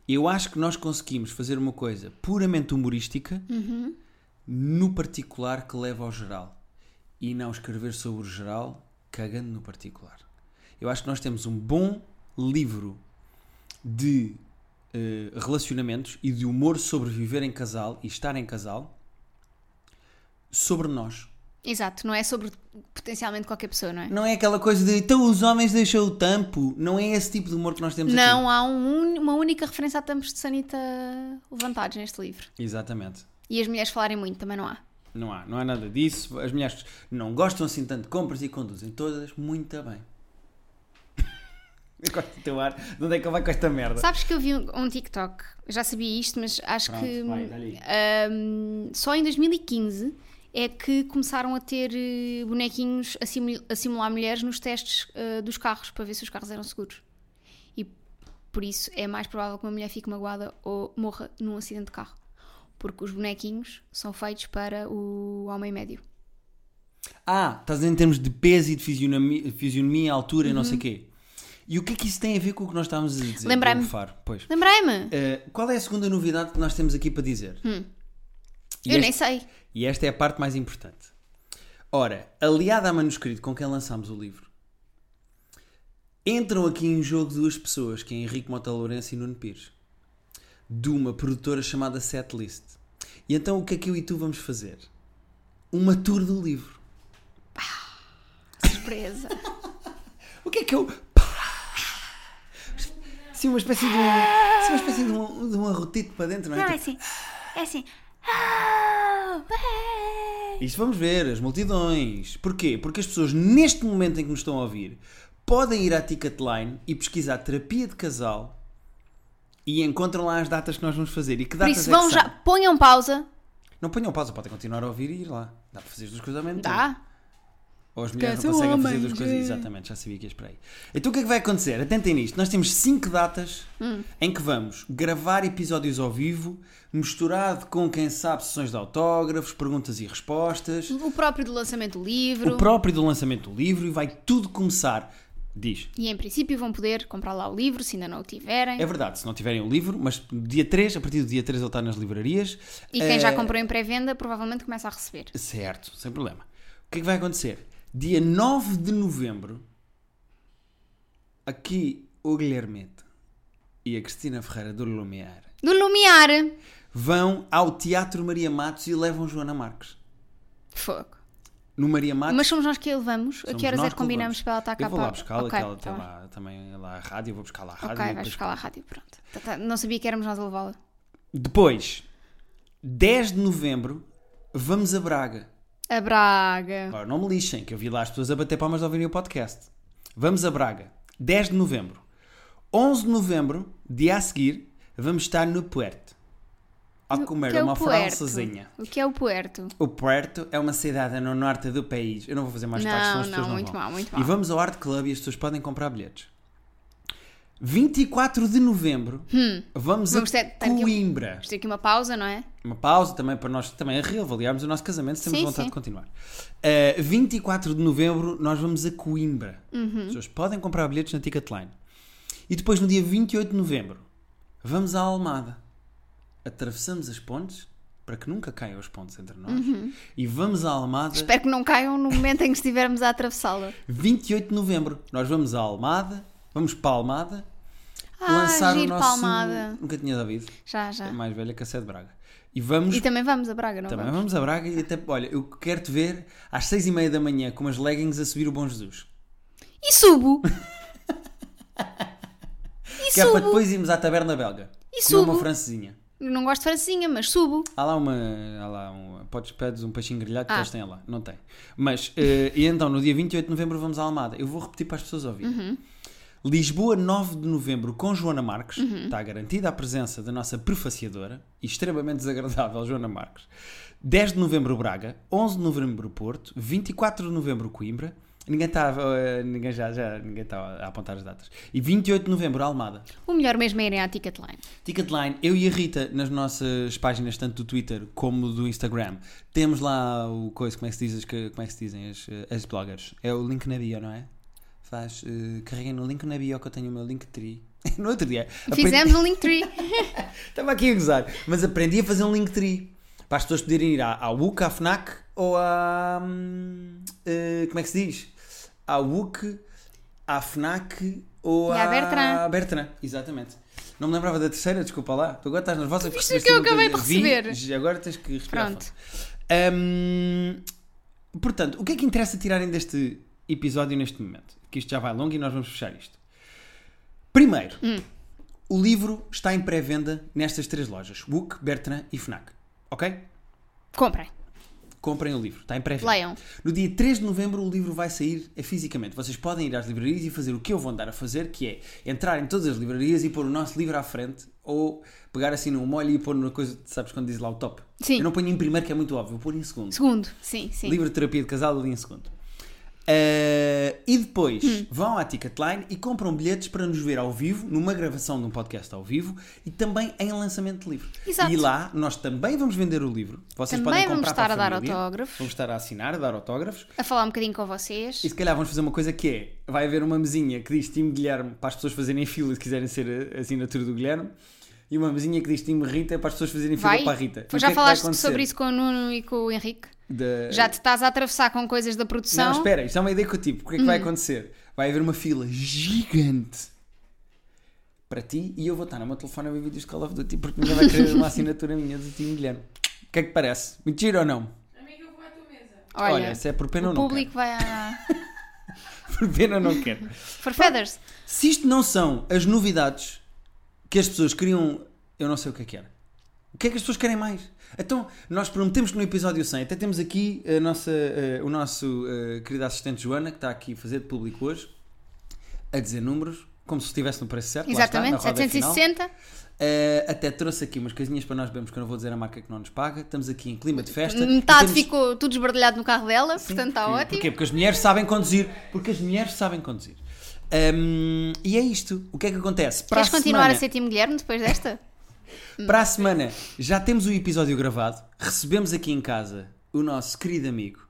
[SPEAKER 2] Eu acho que nós conseguimos fazer uma coisa puramente humorística no particular que leva ao geral. E não escrever sobre o geral cagando no particular. Eu acho que nós temos um bom livro de eh, relacionamentos e de humor sobre viver em casal e estar em casal sobre nós.
[SPEAKER 1] Exato, não é sobre potencialmente qualquer pessoa, não é?
[SPEAKER 2] Não é aquela coisa de então os homens deixam o tampo. Não é esse tipo de humor que nós temos aqui.
[SPEAKER 1] Não há um uni- uma única referência a tampos de sanita levantados neste livro.
[SPEAKER 2] Exatamente.
[SPEAKER 1] E as mulheres falarem muito, também não há.
[SPEAKER 2] Não há, não há nada disso. As mulheres não gostam assim tanto de compras e conduzem todas muito bem. *laughs* Eu gosto do teu ar. De onde é que ele vai com esta merda?
[SPEAKER 1] Sabes que eu vi um, um TikTok, eu já sabia isto, mas acho
[SPEAKER 2] Pronto,
[SPEAKER 1] que
[SPEAKER 2] vai, dá-lhe.
[SPEAKER 1] hum, só em 2015 é que começaram a ter eh, bonequinhos a, simu- a simular mulheres nos testes eh, dos carros para ver se os carros eram seguros. E por isso é mais provável que uma mulher fique magoada ou morra num acidente de carro. Porque os bonequinhos são feitos para o homem médio. Uhum.
[SPEAKER 2] Ah, estás a dizer em termos de peso e de fisionomia, fisionomia altura e não sei o quê. E o que é que isso tem a ver com o que nós estávamos a dizer?
[SPEAKER 1] Lembrei-me.
[SPEAKER 2] do Faro? Pois.
[SPEAKER 1] Lembrei-me.
[SPEAKER 2] Uh, qual é a segunda novidade que nós temos aqui para dizer? E,
[SPEAKER 1] Hum. Eu
[SPEAKER 2] este-
[SPEAKER 1] nem sei.
[SPEAKER 2] e esta é a parte mais importante. Ora, aliada a manuscrito com quem lançámos o livro, entram aqui em jogo duas pessoas, que é Henrique Mota Lourenço e Nuno Pires, de uma produtora chamada Setlist. E então o que é que eu e tu vamos fazer? Uma tour do livro.
[SPEAKER 1] Surpresa.
[SPEAKER 2] O que é que eu. Pá! Sim, uma espécie de um. Sim, uma espécie de um, de um arrotito para dentro, não é?
[SPEAKER 3] *laughs* Não, é
[SPEAKER 2] Tipo,
[SPEAKER 3] assim. É assim. Ah,
[SPEAKER 1] assim.
[SPEAKER 3] ué.
[SPEAKER 2] Isto vamos ver, as multidões. Porquê? Porque as pessoas, neste momento em que nos estão a ouvir, podem ir à Ticketline e pesquisar terapia de casal e encontram lá as datas que nós vamos fazer. E que
[SPEAKER 1] Por
[SPEAKER 2] datas
[SPEAKER 1] isso,
[SPEAKER 2] é que
[SPEAKER 1] vão
[SPEAKER 2] são?
[SPEAKER 1] já. Ponham pausa.
[SPEAKER 2] Não ponham pausa, podem continuar a ouvir e ir lá. Dá para fazer as duas coisas ao mesmo tempo.
[SPEAKER 1] Dá.
[SPEAKER 2] Ou as mulheres
[SPEAKER 1] Porque
[SPEAKER 2] não
[SPEAKER 1] são
[SPEAKER 2] conseguem fazer duas
[SPEAKER 1] homens,
[SPEAKER 2] coisas.
[SPEAKER 1] é.
[SPEAKER 2] Exatamente, já sabia que ias para aí. Então o que é que vai acontecer? Atentem nisto. Nós temos cinco datas
[SPEAKER 1] Hum.
[SPEAKER 2] em que vamos gravar episódios ao vivo, misturado com quem sabe sessões de autógrafos, perguntas e respostas.
[SPEAKER 1] O próprio do lançamento do livro.
[SPEAKER 2] o próprio do lançamento do livro e vai tudo começar. Diz.
[SPEAKER 1] E em princípio vão poder comprar lá o livro, se ainda não o tiverem.
[SPEAKER 2] É verdade, se não tiverem o livro, mas dia 3, a partir do dia 3 ele está nas livrarias.
[SPEAKER 1] E quem
[SPEAKER 2] Eh,
[SPEAKER 1] já comprou em pré-venda provavelmente começa a receber.
[SPEAKER 2] Certo, sem problema. O que é que vai acontecer? Dia 9 de novembro, aqui o Guilhermete e a Cristina Ferreira do Lumiar
[SPEAKER 1] Do Lumiar.
[SPEAKER 2] vão ao Teatro Maria Matos e levam Joana Marques.
[SPEAKER 1] Fogo.
[SPEAKER 2] No Maria Matos.
[SPEAKER 1] Mas somos nós que a levamos. a
[SPEAKER 2] Ah. somos
[SPEAKER 1] que horas é
[SPEAKER 2] nós
[SPEAKER 1] que combinamos
[SPEAKER 2] levamos.
[SPEAKER 1] para ela estar cá
[SPEAKER 2] Eu vou lá
[SPEAKER 1] para-
[SPEAKER 2] buscá-la,
[SPEAKER 1] Ok,
[SPEAKER 2] que ela
[SPEAKER 1] tá
[SPEAKER 2] tem
[SPEAKER 1] bem.
[SPEAKER 2] lá também lá a rádio, eu vou buscar lá a rádio. e
[SPEAKER 1] Ok, vais
[SPEAKER 2] depois
[SPEAKER 1] buscar lá a rádio, pronto. Tá, tá, Não sabia que éramos nós a levá-la.
[SPEAKER 2] Depois, 10 de novembro, vamos a Braga.
[SPEAKER 1] A Braga.
[SPEAKER 2] Agora, não me lixem, que eu vi lá as pessoas a bater palmas de ouvirem o podcast. Vamos a Braga. 10 de novembro. 11 de novembro, dia a seguir, vamos estar no Puerto. A comer
[SPEAKER 1] que é o
[SPEAKER 2] uma
[SPEAKER 1] Puerto?
[SPEAKER 2] francesinha.
[SPEAKER 1] O que é o Puerto?
[SPEAKER 2] O Puerto é uma cidade no norte do país. Eu não vou fazer mais
[SPEAKER 1] Não,
[SPEAKER 2] tarde, senão as
[SPEAKER 1] não,
[SPEAKER 2] pessoas não
[SPEAKER 1] muito
[SPEAKER 2] vão.
[SPEAKER 1] mal, muito
[SPEAKER 2] E
[SPEAKER 1] mal.
[SPEAKER 2] vamos ao Art Club e as pessoas podem comprar bilhetes. 24 de novembro, vamos,
[SPEAKER 1] Hum. Vamos
[SPEAKER 2] a
[SPEAKER 1] ter- tem que-
[SPEAKER 2] Coimbra.
[SPEAKER 1] Isto aqui um uma pausa, não é?
[SPEAKER 2] uma pausa também para nós também reavaliarmos o nosso casamento se temos
[SPEAKER 1] Sim,
[SPEAKER 2] vontade
[SPEAKER 1] sim.
[SPEAKER 2] de continuar. Uh, 24 de novembro nós vamos a Coimbra.
[SPEAKER 1] Uhum.
[SPEAKER 2] As pessoas podem comprar bilhetes na Ticketline. E depois no dia 28 de novembro vamos à Almada. Atravessamos as pontes para que nunca caiam as pontes entre nós
[SPEAKER 1] Uhum.
[SPEAKER 2] e vamos à Almada
[SPEAKER 1] Espero que não caiam no momento em que estivermos a atravessá-la.
[SPEAKER 2] 28 de novembro. Nós vamos à Almada, vamos para a Almada
[SPEAKER 1] Ah,
[SPEAKER 2] lançar
[SPEAKER 1] giro
[SPEAKER 2] o nosso
[SPEAKER 1] palmada.
[SPEAKER 2] Nunca tinha ouvido.
[SPEAKER 1] Já, já.
[SPEAKER 2] É mais velha que a Sé de Braga. E vamos
[SPEAKER 1] Ah. E também vamos a Braga, não
[SPEAKER 2] Também
[SPEAKER 1] vamos?
[SPEAKER 2] vamos a Braga e até, olha, eu quero te ver às seis e meia da manhã com umas leggings a subir o Bom Jesus.
[SPEAKER 1] E
[SPEAKER 2] *laughs*
[SPEAKER 1] subo! e
[SPEAKER 2] que é para
[SPEAKER 1] subo!
[SPEAKER 2] depois irmos à taberna belga.
[SPEAKER 1] E
[SPEAKER 2] comer
[SPEAKER 1] subo.
[SPEAKER 2] uma francesinha.
[SPEAKER 1] Eu Não gosto de francesinha, mas subo.
[SPEAKER 2] Há lá uma. Há lá um, podes pedes um peixinho grelhado que
[SPEAKER 1] Ah.
[SPEAKER 2] eles têm lá. Não tem. Mas, eh, e então, no dia 28 de novembro vamos à Almada. Eu vou repetir para as pessoas ouvirem. Lisboa, 9 de novembro, com Joana Marques. Está garantida a presença da nossa prefaciadora e extremamente desagradável Joana Marques. 10 de novembro, Braga. 11 de novembro, Porto. 24 de novembro, Coimbra. Ninguém está a- ninguém já, já, ninguém está a apontar as datas. E 28 de novembro, Almada.
[SPEAKER 1] O melhor mesmo é irem à Ticketline.
[SPEAKER 2] Ticketline, eu e a Rita, nas nossas páginas, tanto do Twitter como do Instagram, temos lá o coisa, como é que se, diz, as que- como é que se dizem as, eh, as bloggers? É o link na bio, não é? Faz, eh, carreguem no link na bio que eu tenho o meu Linktree. *laughs* no outro dia.
[SPEAKER 1] Fizemos um Linktree.
[SPEAKER 2] Estava aqui a gozar, mas aprendi a fazer um Linktree. Para as pessoas poderem ir à, à WUC, à FNAC ou à. hum, eh, como é que se diz? À WUC, à FNAC ou
[SPEAKER 1] E
[SPEAKER 2] à.
[SPEAKER 1] à Bertrand.
[SPEAKER 2] à Bertrand, exatamente. Não me lembrava da terceira, desculpa lá. Tu agora estás nervosa porque
[SPEAKER 1] Viste o
[SPEAKER 2] recebeste
[SPEAKER 1] é que eu
[SPEAKER 2] uma
[SPEAKER 1] acabei
[SPEAKER 2] coisa.
[SPEAKER 1] de
[SPEAKER 2] Vi,
[SPEAKER 1] receber.
[SPEAKER 2] j- agora tens que respirar.
[SPEAKER 1] Pronto.
[SPEAKER 2] fundo. Hum, portanto, o que é que interessa tirarem deste episódio neste momento? Que isto já vai longo e nós vamos fechar isto. Primeiro, o livro está em pré-venda nestas três lojas: Book, Bertrand e Fnac. Ok?
[SPEAKER 1] Comprem.
[SPEAKER 2] Comprem o livro, está em pré-venda.
[SPEAKER 1] Leiam.
[SPEAKER 2] No dia 3 de novembro o livro vai sair eh, fisicamente. Vocês podem ir às livrarias e fazer o que eu vou andar a fazer, que é entrar em todas as livrarias e pôr o nosso livro à frente ou pegar assim num molho e pôr numa coisa, sabes quando diz lá o top?
[SPEAKER 1] Sim.
[SPEAKER 2] Eu não ponho em primeiro que é muito óbvio, eu pôr em segundo.
[SPEAKER 1] Segundo. Sim, sim.
[SPEAKER 2] Livro de terapia de casal ali em segundo. Uh, e depois
[SPEAKER 1] Hum.
[SPEAKER 2] vão à Ticketline e compram bilhetes para nos ver ao vivo, numa gravação de um podcast ao vivo e também em lançamento de livro.
[SPEAKER 1] Exato.
[SPEAKER 2] E lá nós também vamos vender o livro. Vocês
[SPEAKER 1] Também
[SPEAKER 2] podem
[SPEAKER 1] vamos
[SPEAKER 2] comprar
[SPEAKER 1] estar
[SPEAKER 2] para
[SPEAKER 1] a dar
[SPEAKER 2] família.
[SPEAKER 1] autógrafos.
[SPEAKER 2] Vamos estar a assinar, a dar autógrafos.
[SPEAKER 1] A falar um bocadinho com vocês.
[SPEAKER 2] E se calhar vamos fazer uma coisa que é: vai haver uma mesinha que diz Time Guilherme para as pessoas fazerem fila se quiserem ser a a assinatura do Guilherme, e uma mesinha que diz Time Rita para as pessoas fazerem fila
[SPEAKER 1] Vai?
[SPEAKER 2] para a Rita. E o que é
[SPEAKER 1] Já
[SPEAKER 2] que vai
[SPEAKER 1] falaste
[SPEAKER 2] acontecer?
[SPEAKER 1] sobre isso com o Nuno e com o Henrique?
[SPEAKER 2] Da-
[SPEAKER 1] Já te estás a atravessar com coisas da produção?
[SPEAKER 2] Não, espera, isto é uma ideia que eu tive. O que é que
[SPEAKER 1] Hum.
[SPEAKER 2] vai acontecer? Vai haver uma fila gigante para ti e eu vou estar no meu telefone a ver vídeos de Call of Duty porque ninguém vai querer uma assinatura minha do Tim Guilherme. O que é que parece? Mentira ou não?
[SPEAKER 4] Amiga, eu vou à tua mesa.
[SPEAKER 1] Olha,
[SPEAKER 2] se é por pena
[SPEAKER 1] o
[SPEAKER 2] ou não
[SPEAKER 1] público vai a.
[SPEAKER 2] quero. *laughs* Por pena ou não quero.
[SPEAKER 1] For feathers.
[SPEAKER 2] Se isto não são as novidades que as pessoas queriam, eu não sei o que é que era. O que é que as pessoas querem mais? Então, nós prometemos que no episódio 100, até temos aqui a nossa, eh, o nosso eh, querido assistente Joana, que está aqui a fazer de público hoje, a dizer números, como se estivesse no preço certo. lá está,
[SPEAKER 1] Exatamente,
[SPEAKER 2] na roda final.
[SPEAKER 1] 760.
[SPEAKER 2] Eh, até trouxe aqui umas coisinhas para nós bebermos, que eu não vou dizer a marca que não nos paga. Estamos aqui em clima de festa.
[SPEAKER 1] Metade
[SPEAKER 2] E temos-
[SPEAKER 1] ficou tudo esbardalhado no carro dela, portanto está Tá
[SPEAKER 2] Porquê?
[SPEAKER 1] ótimo.
[SPEAKER 2] Porquê? Porque é as mulheres sabem conduzir. Porque as mulheres sabem conduzir. Hum, e é isto. O que é que acontece? Para
[SPEAKER 1] Queres
[SPEAKER 2] a
[SPEAKER 1] continuar
[SPEAKER 2] semana,
[SPEAKER 1] a ser Tim Guilherme depois desta?
[SPEAKER 2] Para a semana já temos o episódio gravado. Recebemos aqui em casa o nosso querido amigo.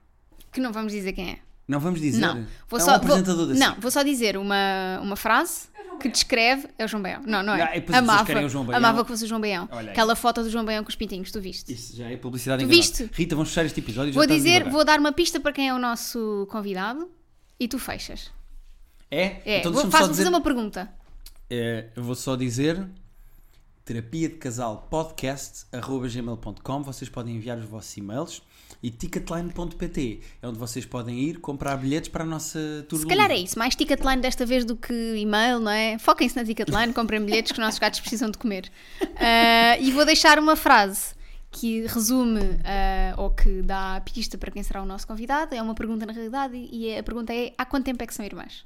[SPEAKER 1] Que não vamos dizer quem é.
[SPEAKER 2] Não vamos dizer.
[SPEAKER 1] Não, vou
[SPEAKER 2] é
[SPEAKER 1] só,
[SPEAKER 2] um apresentador
[SPEAKER 1] vou,
[SPEAKER 2] da
[SPEAKER 1] não, vou só dizer uma, uma frase que descreve. É o João Baião. Não, não
[SPEAKER 2] Ah, e
[SPEAKER 1] é.
[SPEAKER 2] depois as pessoas
[SPEAKER 1] amava,
[SPEAKER 2] querem o João Baião.
[SPEAKER 1] amava que fosse o João Baião.
[SPEAKER 2] Olha aí.
[SPEAKER 1] Aquela foto do João Baião com os pintinhos, tu viste?
[SPEAKER 2] Isso já é publicidade
[SPEAKER 1] Tu
[SPEAKER 2] enganosa.
[SPEAKER 1] viste?
[SPEAKER 2] Rita, vamos fechar este episódio. já
[SPEAKER 1] Vou
[SPEAKER 2] estamos a
[SPEAKER 1] dizer,
[SPEAKER 2] acabar.
[SPEAKER 1] vou dar uma pista para quem é o nosso convidado e tu fechas.
[SPEAKER 2] É?
[SPEAKER 1] É,
[SPEAKER 2] Então
[SPEAKER 1] vou-
[SPEAKER 2] deixa-me só
[SPEAKER 1] faz-me
[SPEAKER 2] dizer.
[SPEAKER 1] fazer uma pergunta.
[SPEAKER 2] É, eu vou só dizer terapia de casal podcast gmail.com vocês podem enviar os vossos e-mails e ticketline.pt é onde vocês podem ir comprar bilhetes para a nossa tour
[SPEAKER 1] Se
[SPEAKER 2] do
[SPEAKER 1] calhar é
[SPEAKER 2] livro.
[SPEAKER 1] isso, mais Ticketline desta vez do que e-mail, não é? Foquem-se na Ticketline, comprem bilhetes que os nossos gatos precisam de comer. Ah, e vou deixar uma frase que resume ah, ou que dá pista para quem será o nosso convidado. É uma pergunta na realidade e a pergunta é: há quanto tempo é que são irmãs?